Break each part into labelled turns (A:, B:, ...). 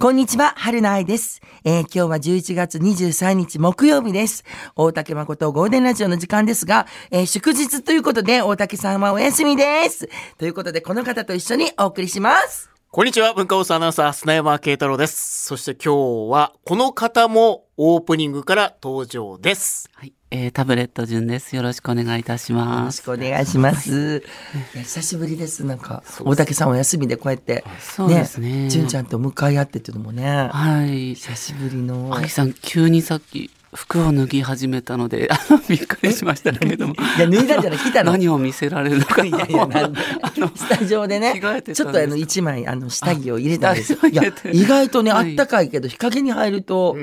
A: こんにちは、春菜愛です。えー今日は11月23日木曜日です。大竹誠ゴールデンラジオの時間ですが、えー祝日ということで大竹さんはお休みです。ということで、この方と一緒にお送りします。
B: こんにちは、文化放送アナウンサー、砂山慶太郎です。そして今日は、この方もオープニングから登場です。
C: はい、えー、タブレット順です。よろしくお願いいたし
A: よろ
C: ま
A: し
C: す。
A: くお願いします。いや久しぶりです。なんか、大竹さんお休みでこうやって、
C: そうですね。
A: 純ちゃんと向かい合ってっていうのもね、
C: はい。
A: 久しぶりの。
C: あきさん、急にさっき服を脱ぎ始めたので、あ のびっくりしましたけども。
A: いや、脱いだんじゃない、来たの。
C: 何を見せられるのか。
A: いやいや、なんで
C: あの、
A: スタジオでね
C: 着替えてたん、です
A: ちょ
C: か
A: っとあの、一枚、あの、下着を入れたんですよ
C: あ。下
A: い
C: 着を
A: や
C: 入れて、
A: 意外とね、あ
C: はい
A: ったかいけど、日陰に入ると、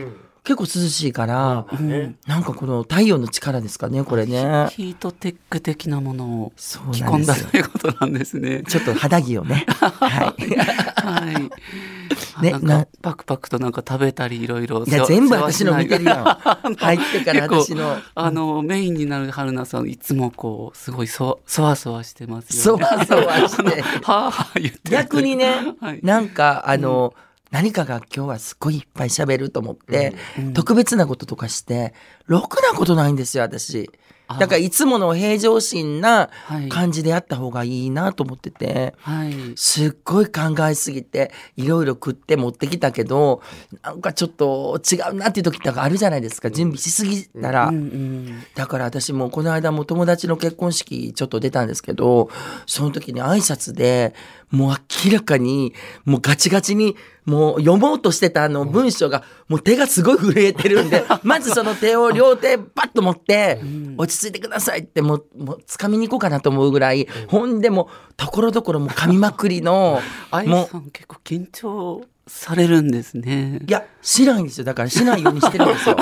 A: 結構涼しいから、
C: うん
A: なんかこの太陽の力ですかね、これね。
C: ヒートテック的なものを
A: そう
C: 着
A: なん
C: 込ん
A: で
C: だ
A: すよ。
C: ということなんですね。
A: ちょっと肌着を ね。はい。
C: はい。
A: ね
C: なん
A: な
C: かパクパクとなんか食べたりいろいろ。
A: いや、全部私の見てるやん。入ってから
C: 結構
A: 私の。
C: あの、メインになる春菜さん、いつもこう、すごいそわ、そわそわしてます
A: そ
C: よね。
A: わそわして。
C: はあはあ言ってる
A: 逆にね、
C: はい
A: なんかあの、何かが今日はすっごいいっぱい喋ると思って、
C: うん
A: 特別なこととかして、ろくなことないんですよ、私。
C: あ
A: だからいつもの平常心な
C: はい
A: 感じでやった方がいいなと思ってて、
C: はい。
A: すっごい考えすぎて、いろいろ食って持ってきたけど、なんかちょっと違うなっていう時とかあるじゃないですか、準備しすぎたら。
C: うんうん、
A: だから私もこの間も友達の結婚式ちょっと出たんですけど、その時に挨拶で、もう明らかに、もうガチガチに、もう読もうとしてたあの文章が、もう手がすごい震えてるんで、まずその手を両手バッと持って、落ち着いてくださいってもう、もう掴みに行こうかなと思うぐらい、ほんでもう、ところどころもう噛みまくりの
C: あゆ
A: もう
C: さん結構緊張されるんですね。
A: いや、しないんですよ。だからしないようにしてるんですよ。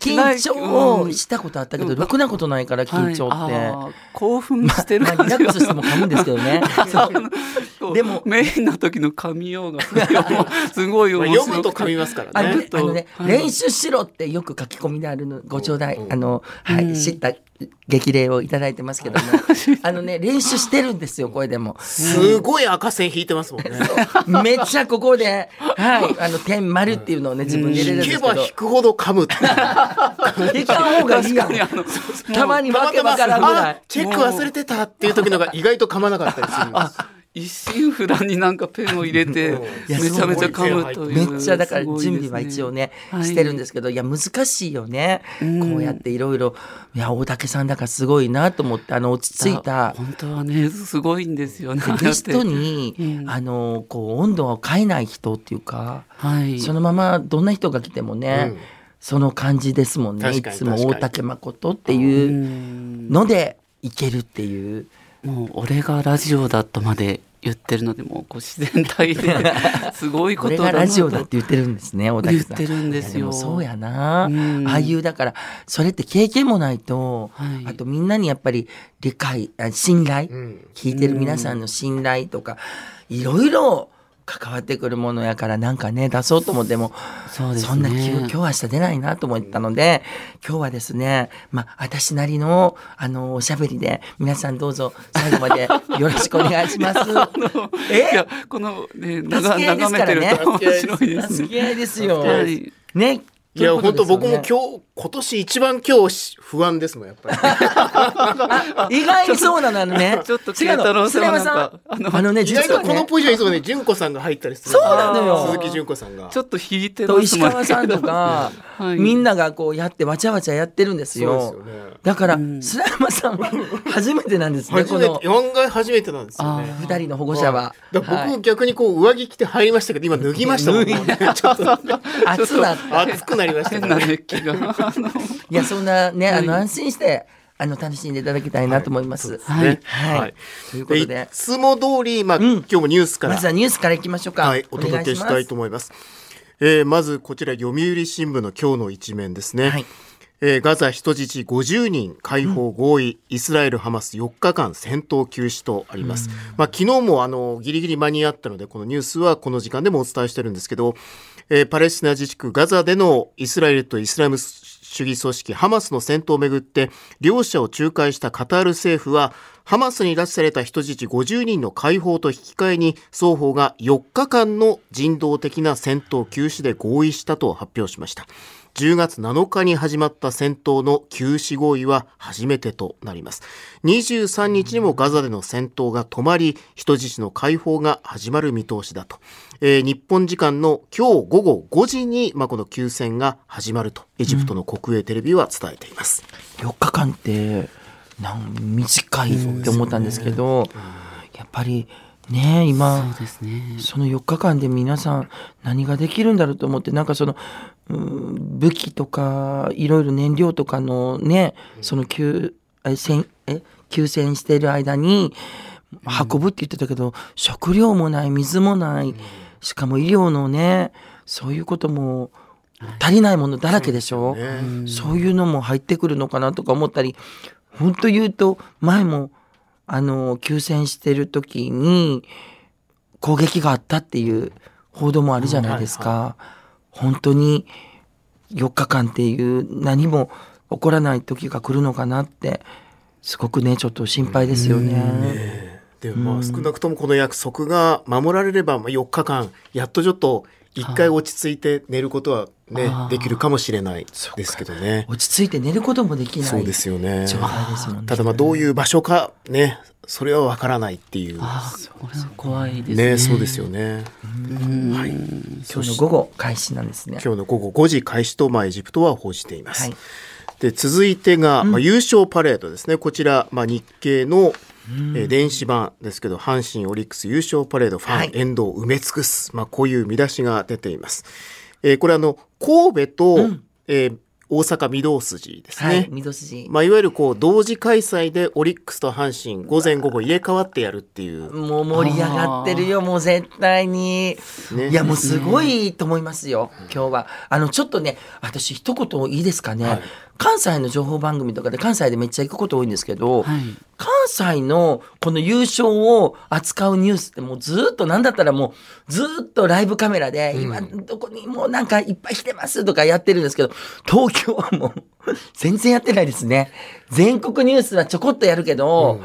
A: 緊張をしたことあったけど、ろくなことないから緊張って。
C: はいあー興奮してる
A: まあ、
C: 感
A: リ
C: じ
A: ラッ
C: が
A: クスしても噛むんです けどね。そう
C: こう
A: でも
C: メインの時の噛みようがすごいすごい
B: まあ
C: 面白
B: 読むと噛みますから
A: あの
B: ね。
A: ねあのね、
C: はい
A: 練習しろってよく書き込みであるのご頂戴、あの、は
C: う
A: い、
C: ん
A: 知った激励をいただいてますけ ども、あのね、練習してるんですよ、これでも。
B: すごい赤線引いてますもんね。
A: めっちゃここで、はい、あの、点丸っていうのをね、自分で入れるん
B: 引
A: で
B: け
A: すけど
B: ば、引くほど 噛むっていう。
A: 引かん方がいいやん。
C: あの
A: たまにわけわからんぐら
B: あ
A: い、。
B: チェック忘れてたっていう時のが意外と噛まなかったりするんで
C: 一心不乱になんかペンを入れて
B: うん
C: めちゃめちゃ噛むと
A: め
C: いう
A: っちゃだから
C: すごいですね
A: 準備は一応ね
C: はい
A: してるんですけどいや難しいよね、
C: うん
A: こうやっていろいろいや大竹さんだからすごいなと思ってあの落ち着いた
C: 本当はねすごいんですよね
A: ゲストに、
C: うん
A: あのこう温度を変えない人っていうか、
C: はい
A: そのままどんな人が来てもね、
B: うん
A: その感じですもんねい
B: 確かに
A: つも
B: 確か
A: 大
B: に
A: 竹誠っていう
C: うん
A: のでいけるっていう。
C: もう俺がラジオだとまで言ってるのでもうこう自然体 ですごい
A: こ
C: こ
A: れ
C: と
A: が
C: だ
A: ラ
C: な
A: ジオだっ
C: と
A: て言ってるんですね、大竹さん。
C: 言ってるんですよ
A: いやもそうやな。
C: うん
A: ああいう、だから、それって経験もないと、
C: はい
A: あとみんなにやっぱり理解、あ信頼、
B: ん
A: 聞いてる皆さんの信頼とか、いろいろ関わってくるものやから、なんかね、出そうと思っても、
C: そうですね
A: そんな急今 日は明日出ないなと思ったので、今日はですね、まあ、私なりの、あの、おしゃべりで、皆さんどうぞ最後ま でよろしくお願いします。
C: い
A: え
C: やこのね
A: 助
C: 眺
A: け合いですか
C: 眺め
A: ら
C: て
A: ね
C: ると面白いです
A: 付
C: ね。
A: き合いですよ。
C: はい
A: ね。
B: いや、本当僕も
A: 今
B: 今日、今年一番今日し不安ですもん、やっ ぱり。
A: 意外にそうなの ね。
C: ちょっと
A: 違う
C: 慶太
A: の、
C: 郎
A: す
C: さん
A: ね
C: は
A: ま
C: なん
A: さん
C: か。
A: あ
C: あ
A: の
C: の
A: ね、
B: 意
A: 実
B: 外
A: は
B: とこの
A: ね、
B: ポジションいつもね、純子さんが入ったりするんで
A: そうなのよ
B: 鈴木純子さんが。
C: ちょっと引いて
A: と
C: ます
A: 石川さんと か、
C: はい
A: みんながこうやってわちゃわちゃやってるんですよ。
B: そうですよね
A: だから、
C: ん
A: 砂山さんは初めてなんですね、
B: 初
A: こ
B: め
A: の
B: て、案外初めてなんですよね。
C: あ
A: 二人の保護者は。
B: だから僕逆にこう上着着て入りましたけど今脱ぎましたもん、ね、ちょっと
A: はい熱だ った。
B: 熱くなりました
C: 変
B: ね
C: な熱気があの
A: いや、そんなね、あの、
C: はい
A: 安心して、あの、楽しんでいただきたいなと思います。
C: はい
B: ね
A: はいということで
B: いつも通りまあ、今日もニュースから
A: まずはニュースからいきましょうか。
B: はい、お届けしたいと思います。えーまずこちら読売新聞の今日の一面ですね。
A: はい
B: えーガザ人質50人解放合意、イスラエル・ハマス4日間戦闘休止とあります、まあ、昨日もあのギリギリ間に合ったのでこのニュースはこの時間でもお伝えしてるんですけど、えーパレスチナ自治区ガザでのイスラエルとイスラム主義組織ハマスの戦闘をめぐって両者を仲介したカタール政府はハマスに拉致された人質50人の解放と引き換えに双方が4日間の人道的な戦闘休止で合意したと発表しました10月7日に始まった戦闘の休止合意は初めてとなります23日にもガザでの戦闘が止まり人質の解放が始まる見通しだと、えー日本時間の今日午後5時に、まあ、この休戦が始まるとエジプトの国営テレビは伝えています、
A: 4日間ってなん短いって思ったんですけどやっぱりね
C: そう
A: 今
C: ですね。
A: その4日間で皆さん何ができるんだろうと思ってなんかそのうん武器とかいろいろ燃料とかのねその急え戦え休戦している間に運ぶって言ってたけど、食料もない水もない、しかも医療のねそういうことも足りないものだらけでしょ、
B: ね
A: そういうのも入ってくるのかなとか思ったり、本当言うと、前も、あの、休戦してる時に、攻撃があったっていう報道もあるじゃないですか。本当に4日間っていう何も起こらない時が来るのかなって、すごくね、ちょっと心配ですよね。
B: でまあ、少なくともこの約束が守られれば、まあ、4日間やっとちょっと一回落ち着いて寝ることは、ね
C: あ、ー
B: できるかもしれないですけどね。
A: 落ち着いて寝ることもできない
B: そ
A: 状
B: う
A: 態
B: で
A: です
B: すよね。
A: よね。
B: ただまあどういう場所かねそれはわからないっていう
C: ああ、これは怖いですね。
B: ねそうですよね
C: うん。はい。
A: 今日の午後開始なんですね。
B: 今日の午後5時開始とまあエジプトは報じていま
A: は
B: す、
A: い
B: で続いてが、まあ、優勝パレードですねこちら、まあ、日経の、えー電子版ですけど阪神オリックス優勝パレードフ
A: は
B: ァ
A: い
B: ン沿道埋め尽くす、まあ、こういう見出しが出ています、えーこれあの神戸と、えー大阪御堂筋ですね、
A: はい、緑筋。
B: まあ、いわゆるこう同時開催でオリックスと阪神午前午後入れ替わってやるっていう
A: もう盛り上がってるよもう絶対に、
B: ね
A: いやもうすごいと思いますよ、今日はあのちょっとね私一言いいですかね、
B: はい
A: 関西の情報番組とかで関西でめっちゃ行くこと多いんですけど、関西のこの優勝を扱うニュースってもうずっとなんだったらもうずっとライブカメラで今どこにもうなんかいっぱい来てますとかやってるんですけど東京はもう全然やってないですね全国ニュースはちょこっとやるけど、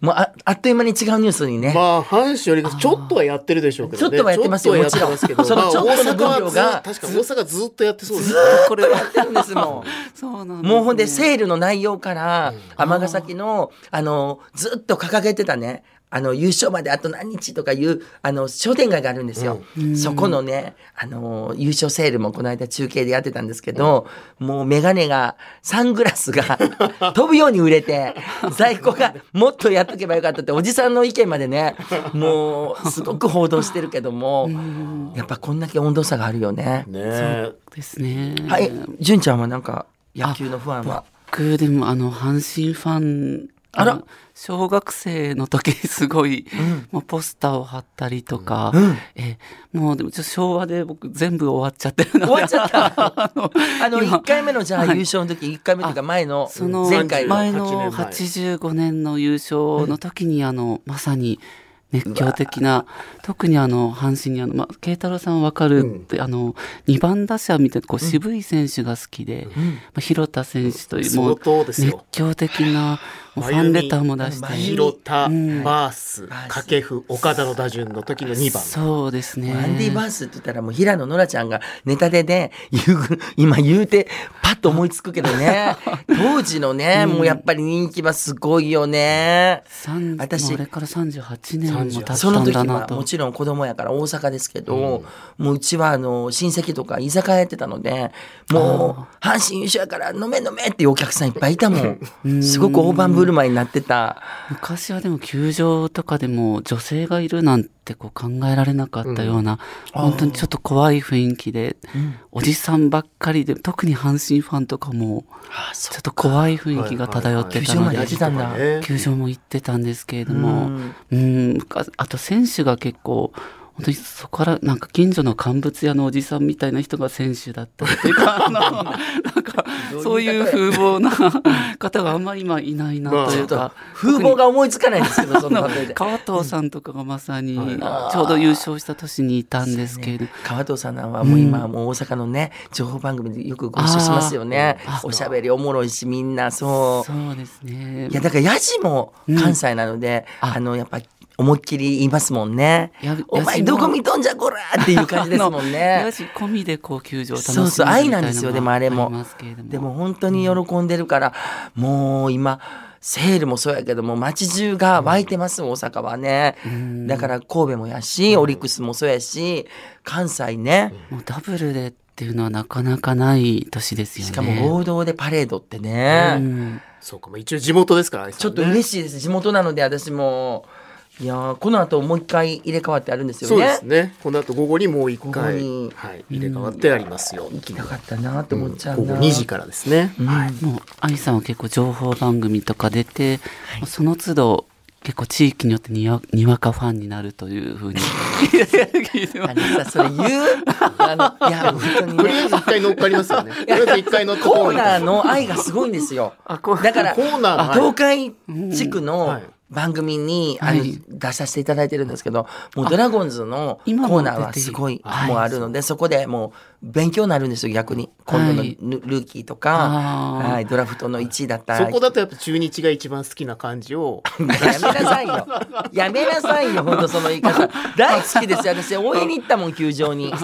A: もうああっという間に違うニュースにね、
B: まあ阪神よりちょっとはやってるでしょうけどね。
A: ちょっとはやってますよ
B: ちょっとはやってますけど
A: もちろんその
B: まあ
A: ちょっとの
B: 大阪はず
A: 分量が
B: 確かに大阪ずっとやってそうです
A: ず
B: ね。
A: ーっとこれ やってるんですもん。
C: そうなんです、ね。
A: もうほんでセールの内容から尼崎のあのずっと掲げてたねあの優勝まであと何日とかいうあの商店街があるんですよ、そこのねあの優勝セールもこの間中継でやってたんですけど、もう眼鏡がサングラス が飛ぶように売れて在庫がもっとやっとけばよかったっておじさんの意見までねもうすごく報道してるけどもやっぱこんだけ温度差があるよね。
B: ねえ。
C: ですね。
A: はい、純ちゃんはなんか野球の不安は
C: 僕でもあの阪神ファン
A: あら
C: の小学生の時すごい、もうポスターを貼ったりとか、えもうでもちょっと昭和で僕全部終わっちゃってるので
A: 終わっちゃった。
C: あの
A: あの
C: 今
A: 1回目のじゃあ
C: はい
A: 優勝の時1回目というか前の
C: その
A: 前回の
C: 前
B: 38
C: の
B: 年前
C: 85年の優勝の時に、あのまさに熱狂的な特にあの阪神にあの、ま、慶太郎さんわかるって、あの2番打者みたいなこう渋い選手が好きで、まあ、広田選手というも
B: 相
C: う
B: 当です
C: 熱
B: よ。
C: 狂的なもうファンレターも出して
A: 真由美
B: 広田、
C: うん
B: バース、掛布、岡田の打順の時の2番。
C: そうですね。
A: アンディ・バースって言ったらもう平野ノラちゃんがネタでね言う今言うてパッと思いつくけど ね当時のねもうやっぱり人気はすごいよね。
C: 三
A: 私
C: もうあれから38年も経った
A: その
C: ん
A: 時
C: だな
A: は
C: と。
A: もちろん子供やから大阪ですけど、もううちはあの親戚とか居酒屋やってたのでもう阪神優勝やから飲め飲めっていうお客さんいっぱいいた もんすごく大盤振る舞いになってた。
C: 昔はでも球場とかでも女性がいるなんてこう考えられなかったような、本当にちょっと怖い雰囲気で、おじさんばっかりで特に阪神ファンとかもちょっと怖い雰囲気が漂ってたの
A: はいはいはい球場まで行っ
C: で
A: てたんだ
B: ね
C: 球場も行ってたんですけれども、うん、ああと選手が結構本当にそこからなんか近所の乾物屋のおじさんみたいな人が選手だったってい うかあのなんかそういう風貌な方があんまり今いないなというか、
A: 風貌が思いつかないんですけどそ
C: あ
A: の
C: の
A: 例で
C: 川藤さんとかがまさに
B: はい
C: ちょうど優勝した年にいたんですけれど、
A: 川藤さんはもう今はもう大阪のね情報番組でよくご一緒しますよね
C: あーあそう
A: おしゃべりおもろいしみんなそう
C: そうですね
A: いやだからヤジも関西なので、あのやっぱ思いっきり言いますもんね
C: や
A: お
C: や
A: 前
C: じも
A: どこ見とんじゃこらっていう感じですもん
C: あのや
A: ね
C: じ込みでこう球場を楽しんで
A: そうそう愛なんですよ
C: みたい
A: で
C: な
A: もあれも
C: のがりますけれども
A: でも本当に喜んでるから、もう今セールもそうやけども街中が湧いてます、大阪はね、
C: ん
A: だから神戸もやし、オリックスもそうやし関西ね、
C: もうダブルでっていうのはなかなかない年ですよ
A: し
C: ね
A: かも合同でパレードってね、
C: うん
B: そうか、まあ、一応地元ですから、
A: ちょっと嬉しいです地元なので私もいやーこの後もう一回入れ替わってあるんですよね
B: そうですね。この後午後にもう一回、
A: 午後に
B: はい、入れ替わってありますよ。
A: 行きたかったなって
B: う
A: 思
B: ん
A: っちゃ
B: 午
A: うな、
B: 後2時からですね。
A: うん
C: もう愛さんは結構情報番組とか出て、もうその都度結構地域によってにわにわかファンになるとい うふうにいやいや聞いてます
A: あのさそれ言うあのいや本当に
B: とりあえ
A: ね
B: ず一回乗っかりますよね。とりあえず一回乗っか
A: コーナーの愛がすごいんですよ
C: あこう
A: だから
B: コーナーが
A: 東海地区
B: うん
A: の
B: はい
A: 番組に、あの
C: はい
A: 出させていただいてるんですけどもうドラゴンズのコ
C: 今も
A: ーナーはすごい
C: 出ている
A: もうあるので、そこでもう勉強になるんですよ逆に今度の
C: はい
A: ルルーキーとか、
C: あー
A: はい、ドラフトの1位だった
B: そこだとやっぱ中日が一番好きな感じを。
A: やめなさい よ。やめなさいよ、本当その言い方。大好きですよ、私。応援に行ったもん、球場に。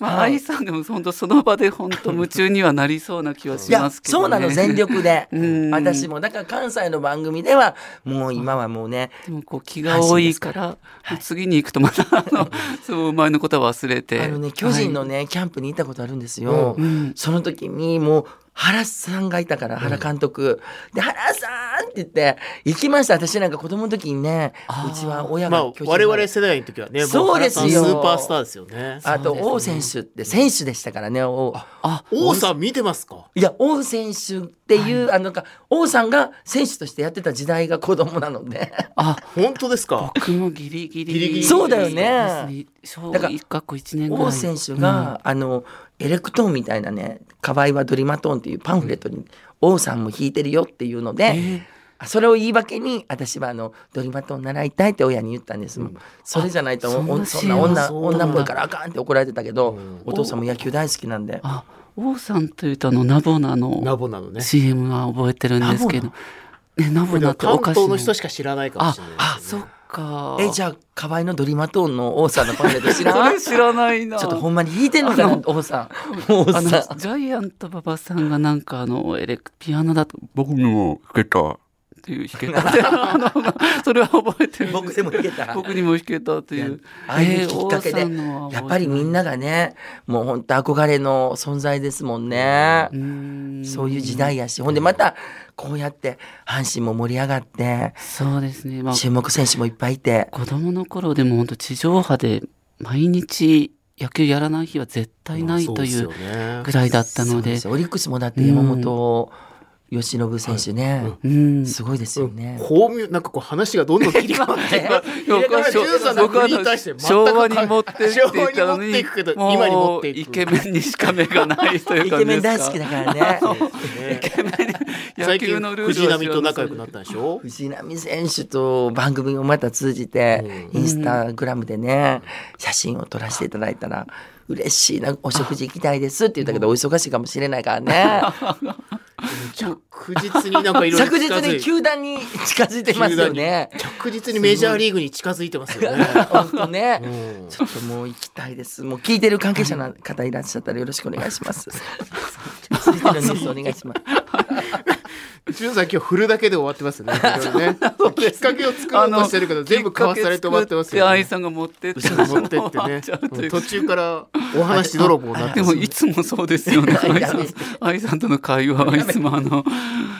C: まあ、
A: はい
C: 愛さんでも本当その場で本当夢中にはなりそうな気はいし
A: や、
C: ますけ
A: そ
C: ど、
A: う
C: ね、
A: なの、全力で
C: うん。
A: 私も、だから関西の番組では、もう今はもうね、
C: でもこう気が多いからもう次に行くとまたあのそう前のことは忘れて
A: あのね、巨人のね、キャンプに行ったことあるんですよ
B: う。
C: ん
A: その時に、もう、原さんがいたから、原監督。で、原さんって言って、行きました。私なんか子供の時にね
C: あ、ー
A: うちは親
B: ま
A: が
B: あ
A: 巨人ファン
B: 我々世代の時はね、も
A: そうですよ
B: 原さんスーパースターですよね。
A: あと、
C: そ
A: 王
C: うです
A: 選手って、選手でしたからね、王。
C: あ
B: 王さん見てますか。
A: いや王選手っていう、あのなんか王さんが選手としてやってた時代が子供なので
C: あ
B: 本当ですか。
C: 僕もギリギリ
B: ギリギリ
A: そうだよね
C: ですね小
A: だから
C: 一学校一年ぐらい
A: 王選手が、あのエレクトーンみたいなね「カバイはドリマトーン」っていうパンフレットに王さんも弾いてるよっていうの
C: え
A: で、
C: ー
A: あそれを言い訳に私はあのドリマトーン習いたいって親に言ったんですもん、それじゃないと
C: あそんな
A: おそんな
C: 幸せ
A: 女
B: そう
A: 女っぽいからあかんって怒られてたけど、
B: ん
A: お父さんも野球大好きなんで。
C: あ王さんというとあのナボ
B: ナ
C: ナの
B: ボなのね。
C: CM は覚えてるんですけどねナ
B: こ
C: ボ
B: れで
C: ナ
B: は
C: ってお
B: 関
C: 菓
B: 東
C: 子
B: の人しか知らないかも
C: あ
B: しれないですね。
C: あそっか
A: えじゃあカバイのドリマトーンの王さんのパンフレット知ら
C: そ
A: ない
C: れ知らないな
A: ちょっとほんまに弾いてんのかな王さん王
C: あのジ
A: さん
C: ャイアント馬場さんがなんかあのエレクピアノだと僕にも弾けたっていう弾けた あのそれは覚えてるん
A: 僕
C: す
A: でもいけたら
C: 僕にも弾けたという
A: ああいうきっかけで、
C: えー王さんのは覚えてない
A: やっぱりみんながねもう本当憧れの存在ですもんね
C: う、ーん
A: そういう時代やしほんでまたこうやって阪神も盛り上がって
C: そうですねまあ
A: 注目選手もいっぱいいて
C: 子供の頃でも本当地上波で毎日野球やらない日は絶対ないという
B: まあそうですよね
C: ぐらいだったの
A: そう
C: で,、
A: すよオリックスもだって山本由伸選手ね、
C: うん
A: すごいですよね、
B: 巧妙なんかこう話がどんどん切り替わっていく
C: いや
B: 僕は13の国に対して全く
C: 昭和に持ってって
B: 昭
C: 言っ
B: 和に
C: た
B: 持
C: の
B: って
C: に
B: いくけど
C: もう
B: 今に持っていく
C: イケメンにしか目がないという
A: イ
C: か
A: ケメン大好きだからね
B: ね
C: 野
B: 最
C: 球
B: 近
C: のルールを知
B: 藤
C: らな
B: 波と仲良くなったんでしょ
A: 藤波選手と番組をまた通じて、インスタグラムでね、写真を撮らせていただいたら、嬉しいな、お食事行きたいですって言ったけど、お忙しいかもしれないからね。
B: 確実になんかいろいろ
A: 着
B: 近
A: 実
B: づ
A: に
B: いて
A: 球団に近づいてますよね。
B: 着実にメジャーリーグに近づいてますよね。
A: 本当ね
B: う。ん
A: ちょっともう行きたいです。もう聞いてる関係者の方いらっしゃったらよろしくお願いします。続いてのニュースお願いします。
B: 潤さん今日振るだけで終わってますね。いろいろねきっかけを作ろうとしてるけど全部かわされて終わってますよ
C: で愛
B: ね。
C: さんが持ってって
B: 持ってって ね
C: 終わっちゃうという
B: 途中からお話泥棒になって
C: で
B: ま
C: も
B: す
C: いつもそうですよね
A: やめ
C: 愛さん愛さんとの会話はいつもあの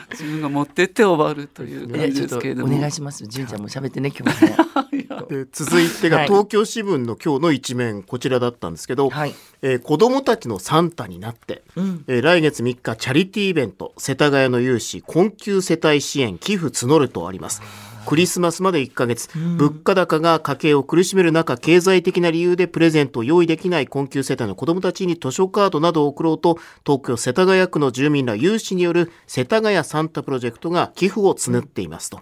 C: 自分が持ってって終わるという感じですけれど
A: お
C: も
A: 願いします。純ちゃんも喋ってね、今日はね。
B: で続いてが
A: はい
B: 東京新聞の今日の一面こちらだったんですけど、
A: はい
B: えー子どもたちのサンタになって、
A: うん
B: えー来月3日チャリティーイベント世田谷の有志困窮世帯支援寄付募るとありますクリスマスまで1ヶ月、物価高が家計を苦しめる中経済的な理由でプレゼントを用意できない困窮世帯の子どもたちに図書カードなどを送ろうと東京世田谷区の住民ら有志による世田谷サンタプロジェクトが寄付を募っていますと、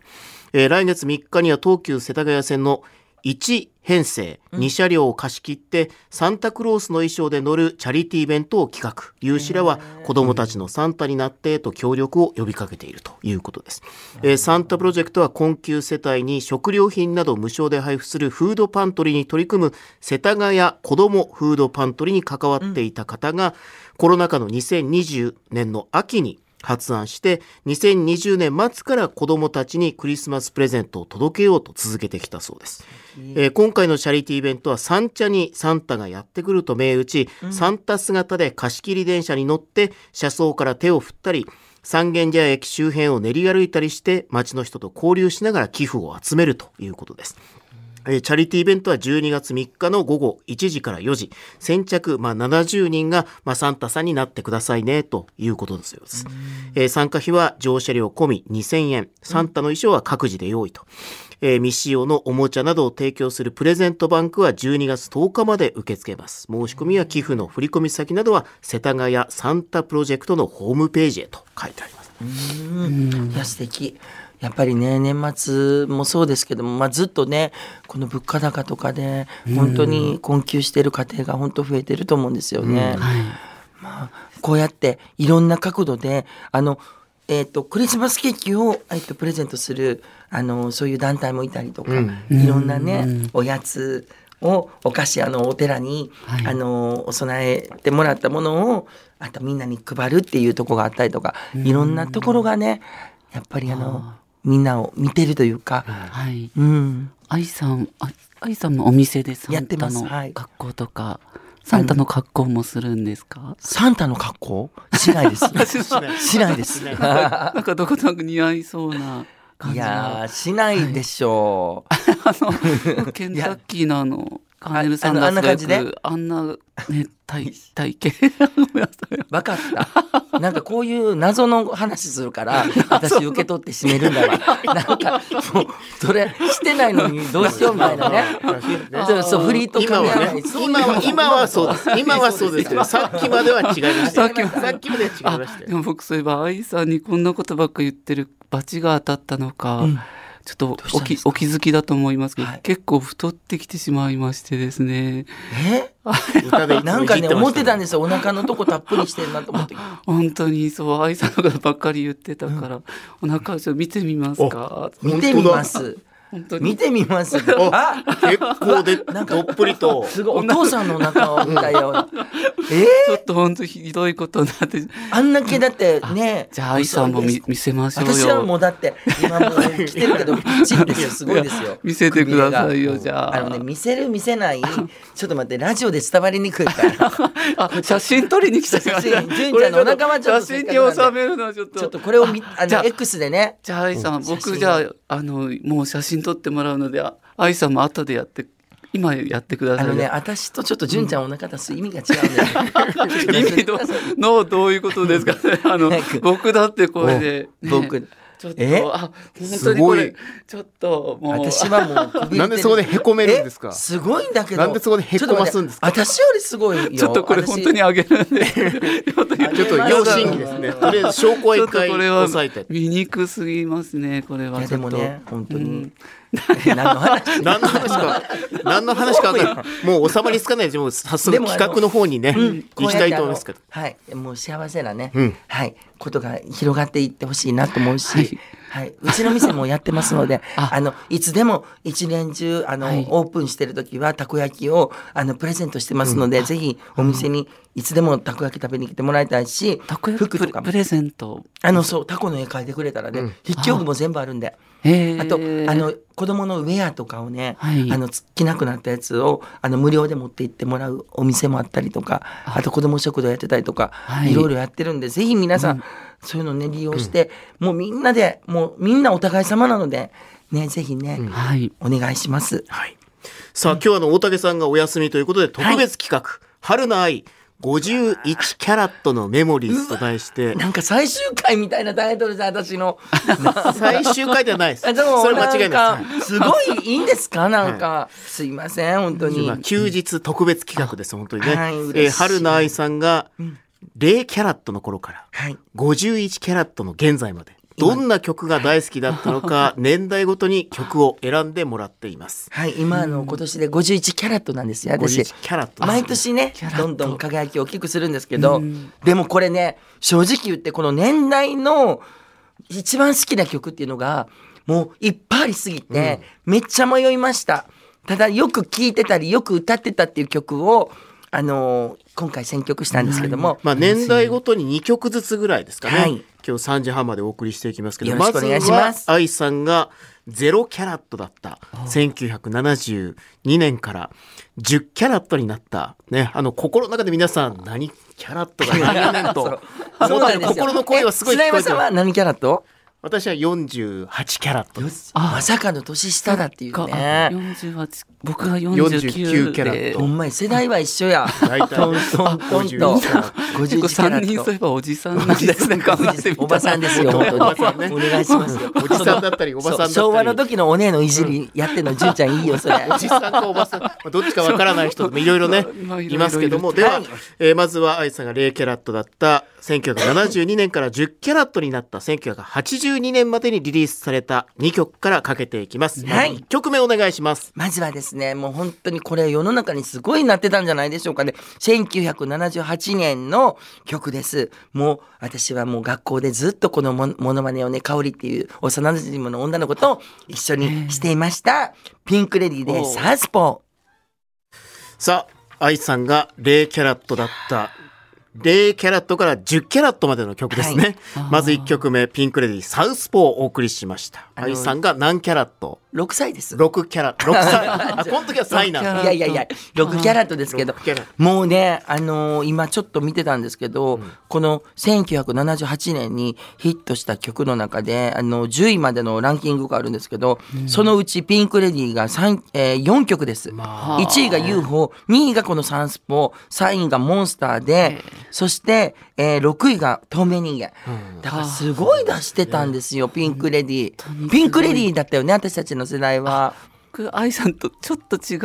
B: えー来月3日には東急世田谷線の1編成2車両を貸し切ってサンタクロースの衣装で乗るチャリティーイベントを企画有志らは子どもたちのサンタになってと協力を呼びかけているということです、えーサンタプロジェクトは困窮世帯に食料品などを無償で配布するフードパントリーに取り組む世田谷子どもフードパントリーに関わっていた方がコロナ禍の2020年の秋に発案して2020年末から子どもたちにクリスマスプレゼントを届けようと続けてきたそうです、えー今回のチャリティーイベントは三茶にサンタがやってくると銘打ち、サンタ姿で貸し切り電車に乗って車窓から手を振ったり三軒茶屋駅周辺を練り歩いたりして街の人と交流しながら寄付を集めるということですえーチャリティーイベントは12月3日の午後1時から4時、先着、まあ、70人が、まあ、サンタさんになってくださいね、ということですようです。えー参加費は乗車料込み2000円、サンタの衣装は各自で用意と。えー未使用のおもちゃなどを提供するプレゼントバンクは12月10日まで受け付けます。申し込みは寄付の振込先などは世田谷サンタプロジェクトのホームページへと書いてあ ります。
A: いや素敵やっぱりね年末もそうですけども、まあ、ずっとねこの物価高とかで本当に困窮している家庭が本当増えてると思うんですよね。まあ、こうやっていろんな角度であの、えー、とクリスマスケーキを、えー、とプレゼントするあのそういう団体もいたりとか、いろんなね、おやつをお菓子あのお寺に、
C: はい
A: あのお供えてもらったものをあとみんなに配るっていうところがあったりとかいろんなところがねやっぱりあのみんなを見てるというか、
C: はい。
A: うん、
C: 愛さん、あ愛さんのお店でサ
A: やっ
C: ン
A: て
C: タ
A: ます
C: の
A: はい
C: 格好とか、サンタの格好もするんですか
A: サンタの格好 しないです。しないです。
C: なんかどことなく似合いそうな 感
A: い
C: じ
A: や
C: が。
A: ーしないでしょう。
C: あ の、ケンタッキーのあの、カーネル・サンダースがよ
A: ああの
C: くあんな、ね、 体、体型。ごめんなさい。
A: わかった。なんかこういう謎の話する から、私受け取って閉めるんだ わ。なんか、もう、それ、してないのにどうしようみたいなね。そうそう、フリート
B: 今
A: か
B: は
A: らない
B: ね。、今は、今はそうです。 今はそうですけど、さっきまでは違いましたよ。
C: さっきまで
B: さっきまでは違い
C: あ
B: ました
C: で
B: よ。
C: も僕そういえば愛さんにこんなことばっか言ってる罰が当たったのか、
A: うん
C: ちょっと
A: うした
C: お
A: ん
C: き
A: ですか
C: お気づきだと思いますけど、
A: はい
C: 結構太ってきてしまいましてですね
A: え
B: 歌でいつも
A: なんか
B: いじ
A: ね、
B: てま
A: 思
B: し
A: ってたん
B: ね
A: ですよ。お腹のとこたっぷりしてるなと思って。
C: 本当にそう愛さんのことばっかり言ってたから、お腹ちょっと見てみますか
A: 見てみます。
C: 本当
A: 見
C: に
A: てみます。
B: お
A: あ
B: 結構で、
A: なんか
B: どっぷりと。
A: すごい、お父さんのお腹を見たような。え
C: ちょっと本当ひどいことになって
A: ーあんだけだってね。
C: じゃあ愛さんも見見せましょうよ
A: 私はもうだって今もう来てるけどチンですよすごいですよ
C: 見せてくださいよ
A: 首が
C: じゃあ
A: あのね見せる見せないちょっと待ってラジオで伝わりにくいから
C: あ写真撮りに来てください
A: 写真純ちゃんのお腹はちょっと
C: 写真に収めるのはちょっと
A: ちょっとこれをみあ
C: じゃ
A: の
C: あ
A: X でね
C: じゃあ愛さん、
A: 写真
C: 僕じゃああのもう写真撮ってもらうのであ愛さんも後でやって今やってくださ
A: あ
C: い
A: のね私とちょっと純ちゃんお腹出す意味が違うんだよ
C: 意味ののどういうことですかねあの
A: 早く
C: 僕だってこれで、ね、
A: 僕
C: ちょっ
A: え
C: とあ本当
B: す
C: にこ
B: ごい
C: れちょっともう
A: 私はもう首振ってる
B: なんでそこでへこめるんですか
A: えすごいんだけど
B: なんでそこでへこますんですか
A: ちょっと待って私よりすごいよ
C: ちょっとこれ
A: 私
C: 本当にあげるんでちょっと
B: ちょっと要審議ですね。とりあえず証拠は
C: ちょ
B: 一
C: っと
B: 回
C: これは
B: 押さえて。
C: 醜すぎますねこれ
A: い
C: は
A: や
C: ち
A: で
C: ょ
A: も
C: っと、
A: ね本当
C: う
A: に
C: ん
A: 何の話
B: 何の話か、何の話か分かんないもう収まりつかないです。もう早速
A: でもあの
B: 企画の方にね、行きたいと思いますけど。
A: こうやってあのはい、もう幸せなね、
B: うん
A: はい、ことが広がっていってほしいなと思うし、は
C: はいい、
A: うちの店もやってますので、あ
C: あ
A: のいつでも一年中あの、
C: はい
A: オープンしてる時はたこ焼きをあのプレゼントしてますので、ぜひお店にいつでもたこ焼き食べに来てもらいたいし、
C: たこ焼き
A: 服
C: プ
A: と
C: レ
A: かも
C: プレゼント
A: あのそうタコの絵描いてくれたらね、筆記用具も全部あるんで。
C: えー
A: あとあの子供のウェアとかをね、
C: はい
A: あの着なくなったやつをあの無料で持って行ってもらうお店もあったりとかあと子供食堂やってたりとか、
C: はい
A: い、ろいろやってるんでぜひ皆さん、そういうのね利用して、もうみんなでもうみんなお互い様なのでねぜひね、
C: はい
A: お願いします。
B: はい。さあ、今日はあの大竹さんがお休みということで特別企画、春の愛51キャラットのメモリーズと題して、
A: なんか最終回みたいなタイトルじゃん私の
B: 最終回ではないです。そ
A: あでも
B: れ間違い
A: な
B: ない
A: ん
B: で
A: かすごいいいんですかなんか、すいません本当
B: す。
A: に
B: 今、休日特別企画です、本当にね。
A: はい
B: えー
A: 嬉しい
B: 春菜愛さんが、0キャラットの頃から、
A: はい
B: 51キャラットの現在まで、どんな曲が大好きだったの か、年代ごとに曲を選んでもらっています。
A: はい今あの今年で51キャラットなんですよ私
B: 51キャラットです
A: 毎年ね
C: キャラット
A: どんどん輝きを大きくするんですけど、
C: うん
A: でもこれね正直言ってこの年代の一番好きな曲っていうのがもういっぱいありすぎて、めっちゃ迷いましたただよく聴いてたりよく歌ってたっていう曲をあのー今回選曲したんですけども、
B: まあ、年代ごとに2曲ずつぐらいですかね、
A: はい
B: 今日3時半までお送りしていきますけど
A: よろしくお願いします
B: ずは愛さんがゼロキャラットだった1972年から10キャラットになった、ね、あの心の中で皆さん何キャラッ トが何やねんと思ってる心の声はすごい
A: え
B: 聞
A: 砂
B: こ
A: 山
B: えて
A: さん
B: ま
A: は
B: す
A: 何キャラット
B: 私は48キャラットです
C: あ
A: まさかの年下だっていう
C: が
A: ね
C: 48僕が
B: 49
C: 49
B: キャラッ
C: で
B: ト
A: ほんまに世代は一緒や
B: 大体
A: トントントン
B: 50
A: と
B: キャラット
C: 結
A: 51キャラット
C: 構3人そういえばおじさんなんですね頑張ってみたら
A: おばさんですよ、本当に。お願いしますよ。
B: おじさんだったりおばさんだっ
A: そ
B: たり
A: う昭和の時のお姉のいじりやってんの、純ちゃんいいよ、それ。
B: おじさんかおばさん、 まあ、どっちかわからない人もいろいろね
C: まあいろいろ
B: いますけども
C: い
B: で
A: ろい
B: は
A: ろ、
B: えーまずは愛さんが0キャラットだった1972年から10キャラットになった1982年までにリリースされた2曲からかけていきます、
A: はい
B: 1曲目お願いします
A: まずはですね、もう本当にこれ世の中にすごいなってたんじゃないでしょうかね。1978年の曲です。もう私はもう学校でずっとこのもモノマネをね、香りっていう幼馴染の女の子と一緒にしていました。ピンクレディーでサウスポ
B: さあ愛さんが0キャラットだった0キャラットから10キャラットまでの曲ですね、
C: い
B: まず1曲目ピンクレディーサウスポーをお送りしました
A: あの
B: 愛さんが何キャラット
A: ー。6歳です。い
B: 6キャラ6 歳あこの時は歳なんだ
A: やいやいや、6キャラットですけど
B: 6。キャラ
A: もうね、あのー今ちょっと見てたんですけど、この1978年にヒットした曲の中で、あの、10位までのランキングがあるんですけど、そのうちピンクレディーが三えー4曲です。
B: まあ
A: 1位が UFO、2位がこのサンスポ、3位がモンスターで、そして、えー6位が透明人間。だからすごい出してたんですよ、ピンクレディー。ピンクレディーだったよね、私たちの世代は。
C: 僕愛さんとちょっと違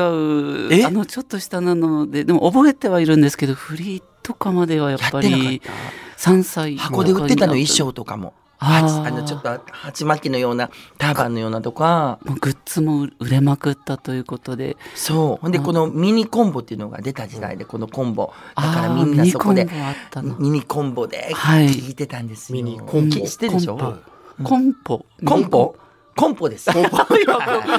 A: え
C: うあのちょっと下なのででも覚えてはいるんですけどフリーとかまではやっぱ
A: やってな
C: り3歳
A: 箱で売ってたの衣
C: 緒
A: 装とかも。
C: あー
A: ああのちょっと鉢巻きのようなターバンのようなとか
C: もうグッズも売れまくったということで
A: そうほんでこのミニコンボっていうのが出た時代でこのコンボだから
C: あ
A: み
C: ー
A: んなそこで
C: ミニコンボあったな
A: ミニコンボで
C: はい
A: 聞いてたんですよ、
B: ミニコンボ
A: してるでしょ
B: コン
C: コンポ
A: コンボコンポですコンボ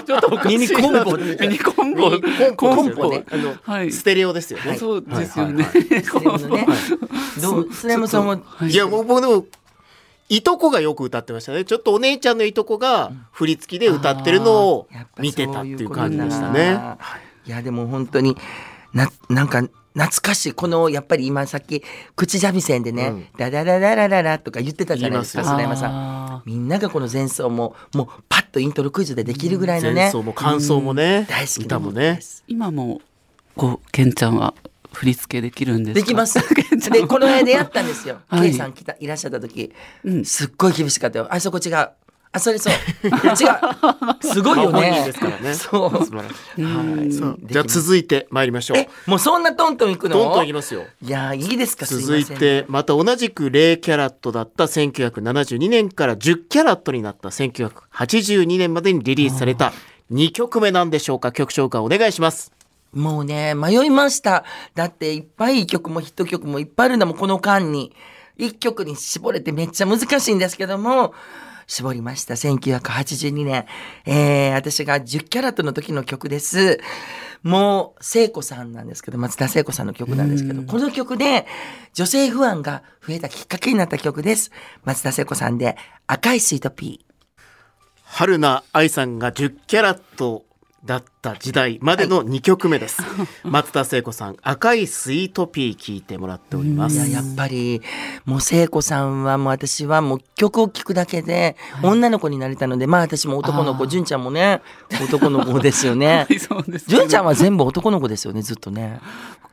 C: ちょっとおかしい
A: ミニコンボ
C: ミニコンボ
B: ミニコン
A: コ
B: ボ
A: ンボね
B: あの、
C: はい
B: ステレオですよね。
A: はい
C: そうですよね
B: はいはい
A: ねどうスレムさんも
C: はい
B: いや、もう僕でも、いとこがよく歌ってましたね。ちょっとお姉ちゃんのいとこが振り付きで歌ってるのを
A: やっぱそういう
B: 見てたっていう
A: ことだ
B: 感じ
A: な
B: でしたね。
A: いやでも本当にななんか懐かしいこのやっぱり今さっき口三味線でね「
B: うん
A: ダダダダダダダ」とか言ってたじゃないですか
B: 言い
A: 砂
B: ま
A: 山さん。
C: あ
A: みんながこの前奏ももうパッとイントロクイズでできるぐらいの
B: 前
A: ね、
B: 奏も感想もね、
A: 大好きな
B: 歌も
A: 曲
B: ね
A: で。す
C: ー今もこうケンちゃんは振り付けできるんですか
A: できます でこの間出会ったんですよ、
C: はい
A: K さん来たいらっしゃった時、
C: うん
A: すっごい厳しかったよあそこ違うあそれそう違 うすごいよ
B: まあ本
A: ね
B: 人ですからね
A: そう
B: 素晴らしいはいさあ
A: できます
B: じゃあ続いて参りましょう
A: え。もうそんなトントンいくの
B: どんどんいきますよ。
A: いやーいいですかすま
B: 続
A: せん
B: いてまた同じく0キャラットだった1972年から10キャラットになった1982年までにリリースされた2曲目なんでしょうか曲紹介お願いします
A: もうね、迷いました。だって、いっぱいいい曲もヒット曲もいっぱいあるんだもん、この間に。一曲に絞れてめっちゃ難しいんですけども、絞りました。1982年。えー、私が10キャラットの時の曲です。もう、聖子さんなんですけど、松田聖子さんの曲なんですけど、この曲で、女性不安が増えたきっかけになった曲です。松田聖子さんで、赤いスイートピー。
B: 春菜愛さんが10キャラットだった時代までの2曲目です、 松田聖子さん赤いスイートピー聞いてもらっておりま
A: い
B: す
A: ややっぱりもう聖子さんはもう私はもう曲を聴くだけで女の子になれたので、まあ私も男の子
C: あー
A: 純ちゃんもね男の子ですよね
C: そうですね
A: 純ちゃんは全部男の子ですよねずっとね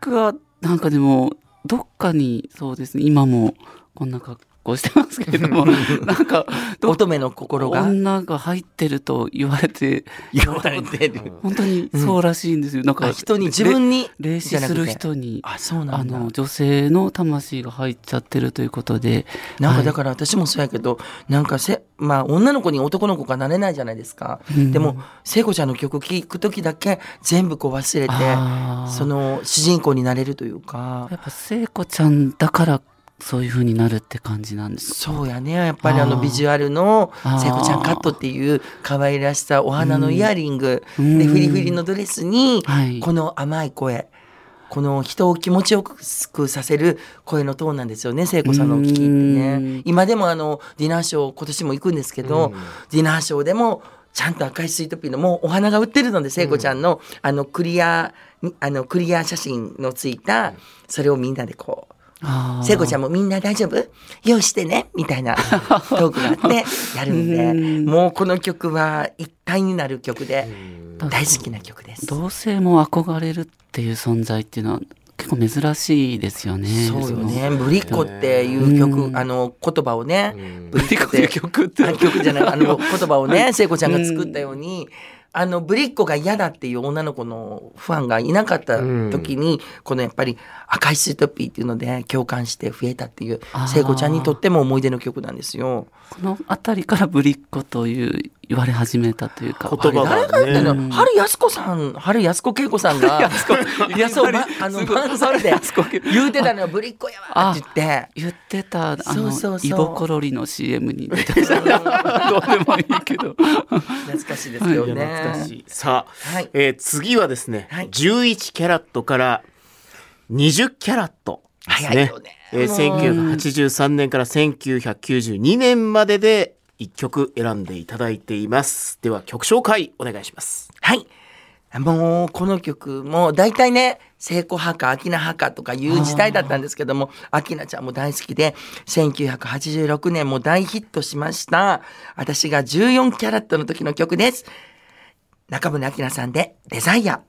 C: 僕はなんかでもどっかにそうですね今もこんな格好してますけれどもなんかどっ
A: 乙女の心が
C: 女が入ってると言われて
A: 言われてる。
C: 本当にそうらしいんですよ、なん
A: あ
C: か
A: 人に自分に
C: れ霊視する人に
A: あそうな
C: あ
A: んだ
C: の女性の魂が入っちゃってるということで
A: なん
C: は
A: か
C: い
A: だから私もそうやけど、なんかせ、まあ女の子に男の子がなれないじゃないですか。
C: うん
A: でも、聖子ちゃんの曲聴く時だけ全部こう忘れて、
C: あー
A: その主人公になれるというか
C: や。っぱ聖子ちゃんだからそういう風になるって感じなんです
A: そうやね。やっぱりあ
C: あ
A: の
C: ー
A: ビジュアルの
C: あー
A: 聖子ちゃんカットっていう可愛らしさ、お花のイヤリング、
C: うん
A: で、フリフリのドレスに、
C: はい
A: この甘い声。この人を気持ちよくさせる声のトーンなんですよね、聖子さんのお聞きって
C: う
A: ね
C: ん。
A: 今でもあの、ディナーショー、今年も行くんですけど、
B: うん
A: ディナーショーでも、ちゃんと赤いスイートピーの、もうお花が売ってるので、聖子ちゃんの、あの、クリア、あの、クリア写真のついた、それをみんなでこう、聖子ちゃんもみんな大丈夫用意してねみた いなトークがあってやるんで
C: うん
A: もうこの曲は一体になる曲で大好きな曲です。
C: 同性も憧れるっていう存在っていうのは結構珍しいですよね。
A: そうよね。ブリコっていう
C: う
A: 曲、
C: ん
A: あの、言葉をね、ブリコって
C: ブリコっていう曲って
A: あ曲じゃない、あ の、言葉をね、聖子ちゃんが作ったように、あの、ブリッコが嫌だっていう女の子のファンがいなかった時に、このやっぱり赤いスイートピーっていうので共感して増えたっていう
C: あ、ー
A: 聖子ちゃんにとっても思い出の曲なんですよ。
C: この辺りからぶりっ子という言われ始めたというか
B: 言葉
A: 誰が
B: が
A: 言ってん
B: ね。
A: の春安子さん、春安子恵子さんが、いや、そう、まあの、漫才で言うてたのよ、ブリッコやわって言って。
C: 言ってた
A: そう
C: あの
A: そうそう
C: イボコロリの CM に出てた どうでもいいけど
A: 懐かしいですよ
B: い
A: ね。
B: や懐かしい。さあ、
A: はい
B: えー次はですね、
A: はい
B: 11キャラットから20キャラットですね。
A: 早いよね
B: えー
C: もう
B: 1983年から1992年までで1曲選んでいただいています。では曲紹介お願いします。
A: はい。もう、この曲も、大体ね、聖子派か、明菜派かとかいう時代だったんですけども、明菜ちゃんも大好きで、1986年も大ヒットしました。私が14キャラットの時の曲です。中村明菜さんで、デザイア。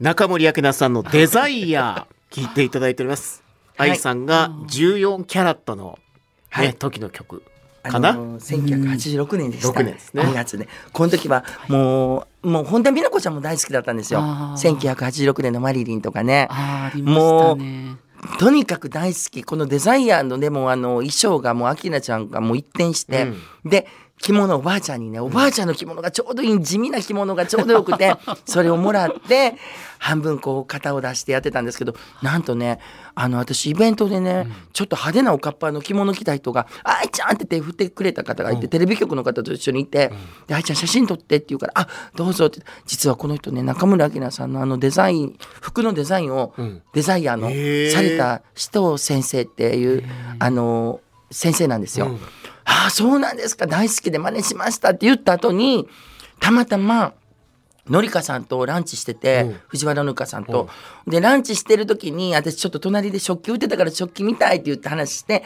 B: 中森明菜さんのデザイ ア聞いていただいております。
A: はい
B: 愛さんが14キャラットの、ね
A: はい
B: 時の曲
A: あ
B: かな、
A: の1986年でした、
B: うん6年ですね
A: 2月でこの時はもうもう本田美奈子ちゃんも大好きだったんですよ
C: あー
A: 1986年の「マリリン」とかね
C: あーありましたね
A: とにかく大好きこのデザイアのでもあの衣装がもう明菜ちゃんがもう一転して、で着物おばあちゃんにねおばあちゃんの着物がちょうどいい地味な着物がちょうどよく てそれをもらって半分こう肩を出してやってたんですけどなんとねあの私イベントでね、ちょっと派手なおかっぱの着物着た人が「あいちゃん!」って手振ってくれた方がいて、テレビ局の方と一緒にいて「であいちゃん写真撮って」って言うから「あどうぞ」って実はこの人ね中村明菜さんのあのデザイン服のデザインを、デザイアーの
B: へー
A: された人先生っていうあの先生なんですよ。ああそうなんですか大好きで真似しましたって言った後にたまたまのりかさんとランチしてて、藤原のりかさんと、でランチしてる時に私ちょっと隣で食器売ってたから食器見たいって言って話して、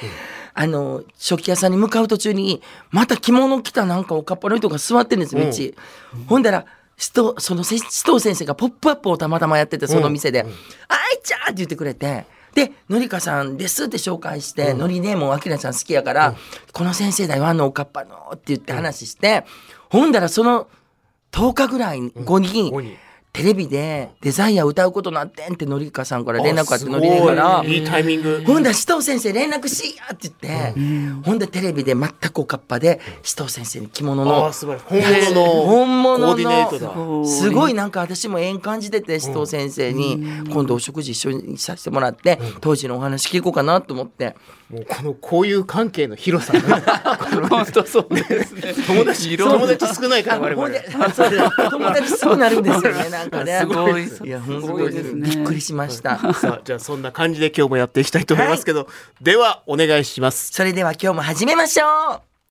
A: あの食器屋さんに向かう途中にまた着物着たなんかおかっぱの人が座ってるんですよ道、ほんだら須藤そのせ須藤先生が「ポップアップをたまたまやっててその店で「あいちゃん!」って言ってくれて。で、のりかさんですって紹介して、のりね、もうあきらちゃん好きやから、この先生だよ、あのおかっぱのって言って話して、ほんだらその10日ぐらい後に、テレビでデザイア歌うことなってんってのりかさんから連絡あってのりねから
B: あすご、いいいタイミング。
A: ほんだら須藤先生連絡しいやって言って、ほんでテレビで全くおかっぱで須藤先生に着物
B: あ
A: の
B: あ、すごい。本物の
A: 本物の
B: コーディネートだ。
A: すごいなんか私も縁感じてて須藤先生に今度お食事一緒にさせてもらって当時のお話聞こうかなと思って
B: もうこの交友関係の広さが
C: 本当そうですね
B: 友達友達少ないから我
A: ほ
B: 々
A: んでそうです友達すぐなるんですよねなんか ね
C: すごい
A: いや
C: す
A: 本
C: ご
A: 当
C: い
A: に
C: ですね
A: びっくりしました
B: さあじゃあそんな感じで今日もやっていきたいと思いますけど、ではお願いします
A: それでは今日も始めましょう